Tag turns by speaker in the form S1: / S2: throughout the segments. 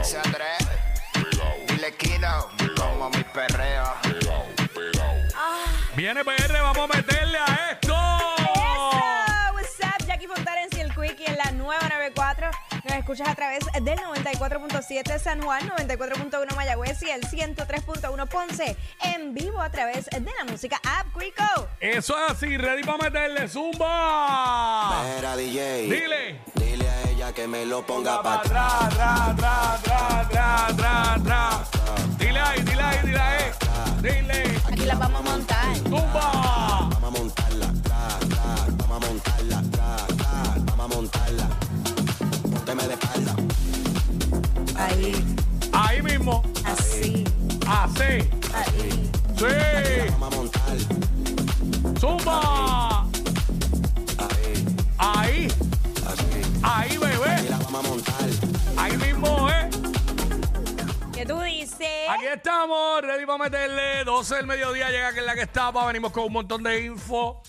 S1: Ese Andrés, dile Kino, como mi perreo.
S2: Viene PR, vamos a meterle a esto.
S3: Eso, what's up, Jackie Fontanes y el Quickie en la nueva 94. Nos escuchas a través del 94.7 San Juan, 94.1 Mayagüez y el 103.1 Ponce. En vivo a través de la música App Quico.
S2: Eso es así, ready para meterle zumba.
S4: Era DJ.
S2: Dile.
S4: Dile a ella que me lo ponga para
S2: Pa' tra,
S4: atrás.
S2: tra, tra, tra, tra, tra, tra. Dile ahí, dile ahí, dile ahí. Dile,
S3: Aquí la vamos a montar.
S2: zumba.
S4: Vamos a montarla. tra, tra, Vamos a montarla. tra, tra, Vamos a montarla. Pónteme de espalda.
S3: Ahí,
S2: Ahí mismo,
S3: así,
S2: así.
S3: ahí.
S2: Sí,
S4: Vamos a montarla.
S2: zumba.
S4: Ahí,
S2: Ahí,
S4: así.
S2: ahí,
S4: Y
S2: bebé.
S4: la vamos a montar.
S2: Ahí mismo, eh.
S3: ¿Qué tú dices?
S2: Aquí estamos, ready para meterle 12 del mediodía, llega que es la que estaba, venimos con un montón de info.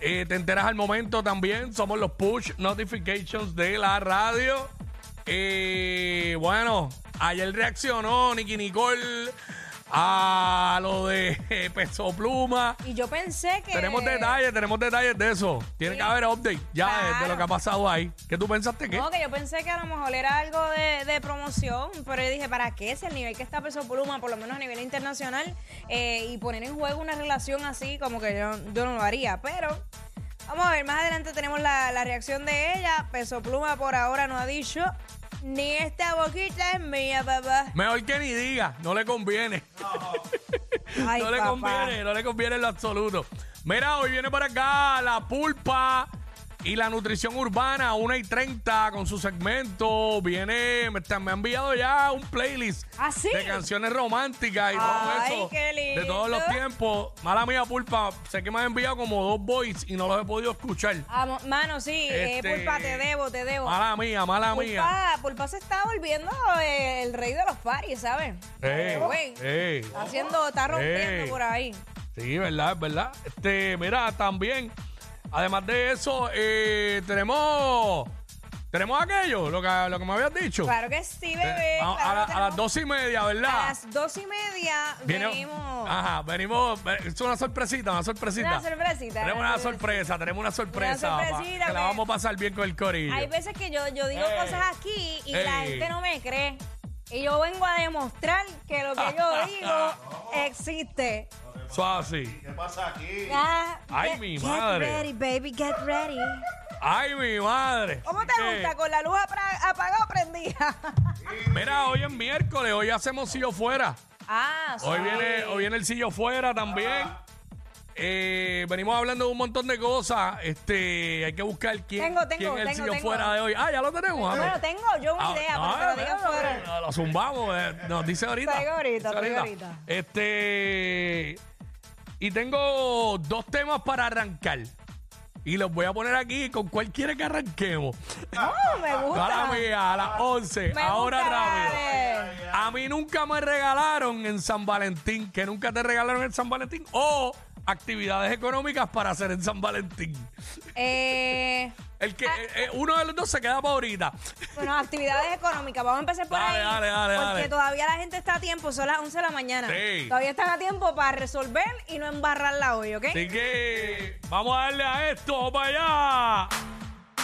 S2: Eh, te enteras al momento también, somos los push notifications de la radio. Eh, bueno, ayer reaccionó Nicky Nicole a lo de eh, Peso Pluma.
S3: Y yo pensé que.
S2: Tenemos detalles, tenemos detalles de eso. Tiene
S3: Sí.
S2: que haber update ya de- de,
S3: Claro.
S2: lo que ha pasado ahí. ¿Qué tú pensaste que?
S3: No, que yo pensé que a lo mejor era algo de, de promoción, pero yo dije, ¿para qué? Si el nivel que está Peso Pluma, por lo menos a nivel internacional, eh, y poner en juego una relación así, como que yo, yo no lo haría, pero... Vamos a ver, más adelante tenemos la, la reacción de ella. Peso Pluma por ahora no ha dicho, ni esta boquita es mía, papá.
S2: Mejor que ni diga, no le conviene.
S3: Ay,
S2: no le
S3: papá.
S2: conviene, no le conviene en lo absoluto. Mira, hoy viene para acá la pulpa y la nutrición urbana, 1 y 30 con su segmento. Viene, me, está- me ha enviado ya un playlist
S3: ¿Ah, sí?
S2: de canciones románticas y todo
S3: Ay,
S2: eso.
S3: qué lindo.
S2: De todos los tiempos. Mala mía, pulpa, sé que me has enviado como dos boys y no los he podido escuchar.
S3: Ah, mo- mano, sí, eh,
S2: Este,
S3: Pulpa, te debo, te debo.
S2: Mala mía, mala mía.
S3: Pulpa, Pulpa se está volviendo eh, el rey de los paris, ¿sabes?
S2: Eh,
S3: Güey.
S2: eh.
S3: Está haciendo, está rompiendo
S2: Ey.
S3: por ahí.
S2: Sí, verdad, es verdad. Este, mira, también, además de eso, eh, tenemos, tenemos aquello, lo que, lo que me habías dicho.
S3: Claro que sí,
S2: Eh,
S3: bebé.
S2: a,
S3: claro
S2: a la-
S3: que
S2: a las
S3: tenemos-
S2: dos y media,
S3: a
S2: ¿verdad?
S3: las dos y media
S2: Viene-
S3: venimos.
S2: Ajá, venimos. eh, Es una sorpresita, una sorpresita.
S3: Una sorpresita,
S2: Tenemos
S3: una
S2: una
S3: sorpresita.
S2: sorpresa, tenemos una sorpresa. papá,
S3: sorpresita, pues.
S2: que la
S3: ve.
S2: vamos a pasar bien con el corillo.
S3: Hay veces que yo, yo digo
S2: Ey.
S3: cosas aquí y la
S2: Ey.
S3: gente no me cree. Y yo vengo a demostrar que lo que yo digo existe.
S2: Eso así.
S3: Ah,
S2: Ay,
S3: get-
S2: mi
S3: get
S2: madre.
S3: ready, baby, get ready.
S2: Ay, mi madre. Eh,
S3: ¿Cómo
S2: Así
S3: te
S2: que-
S3: gusta? Con la luz apra- apagada o prendida.
S2: Mira, hoy es miércoles, hoy hacemos si yo fuera.
S3: ah, sí.
S2: Hoy viene, hoy viene el sillo fuera también.
S3: Ah.
S2: Eh, venimos hablando de un montón de cosas. Este, hay que buscar quién,
S3: Tengo, tengo,
S2: quién es el
S3: tengo,
S2: sillo
S3: tengo.
S2: fuera de hoy. Ah, ya lo tenemos.
S3: No,
S2: Ame.
S3: lo tengo yo una
S2: Ah,
S3: idea,
S2: no,
S3: pero te lo
S2: no,
S3: digo
S2: no,
S3: fuera.
S2: no, Lo zumbamos, eh, nos dice ahorita.
S3: Te digo ahorita,
S2: Dice
S3: te digo ahorita.
S2: Este. Y tengo dos temas para arrancar. Y los voy a poner aquí. ¿Con cuál quiere que arranquemos?
S3: No, me gusta.
S2: A la mía, a las 11.
S3: Me
S2: ahora
S3: gusta,
S2: rápido.
S3: dale.
S2: A mí nunca me regalaron en San Valentín, que nunca te regalaron en San Valentín, o actividades económicas para hacer en San Valentín.
S3: Eh,
S2: El que eh, eh, uno de los dos se queda para ahorita.
S3: bueno, actividades económicas. Vamos a empezar por
S2: Dale,
S3: ahí.
S2: dale, dale,
S3: porque
S2: dale.
S3: todavía la gente está a tiempo, son las 11 de la mañana.
S2: Sí.
S3: Todavía están a tiempo para resolver y no embarrarla hoy, ¿ok?
S2: Así que vamos a darle a esto, vamos para allá.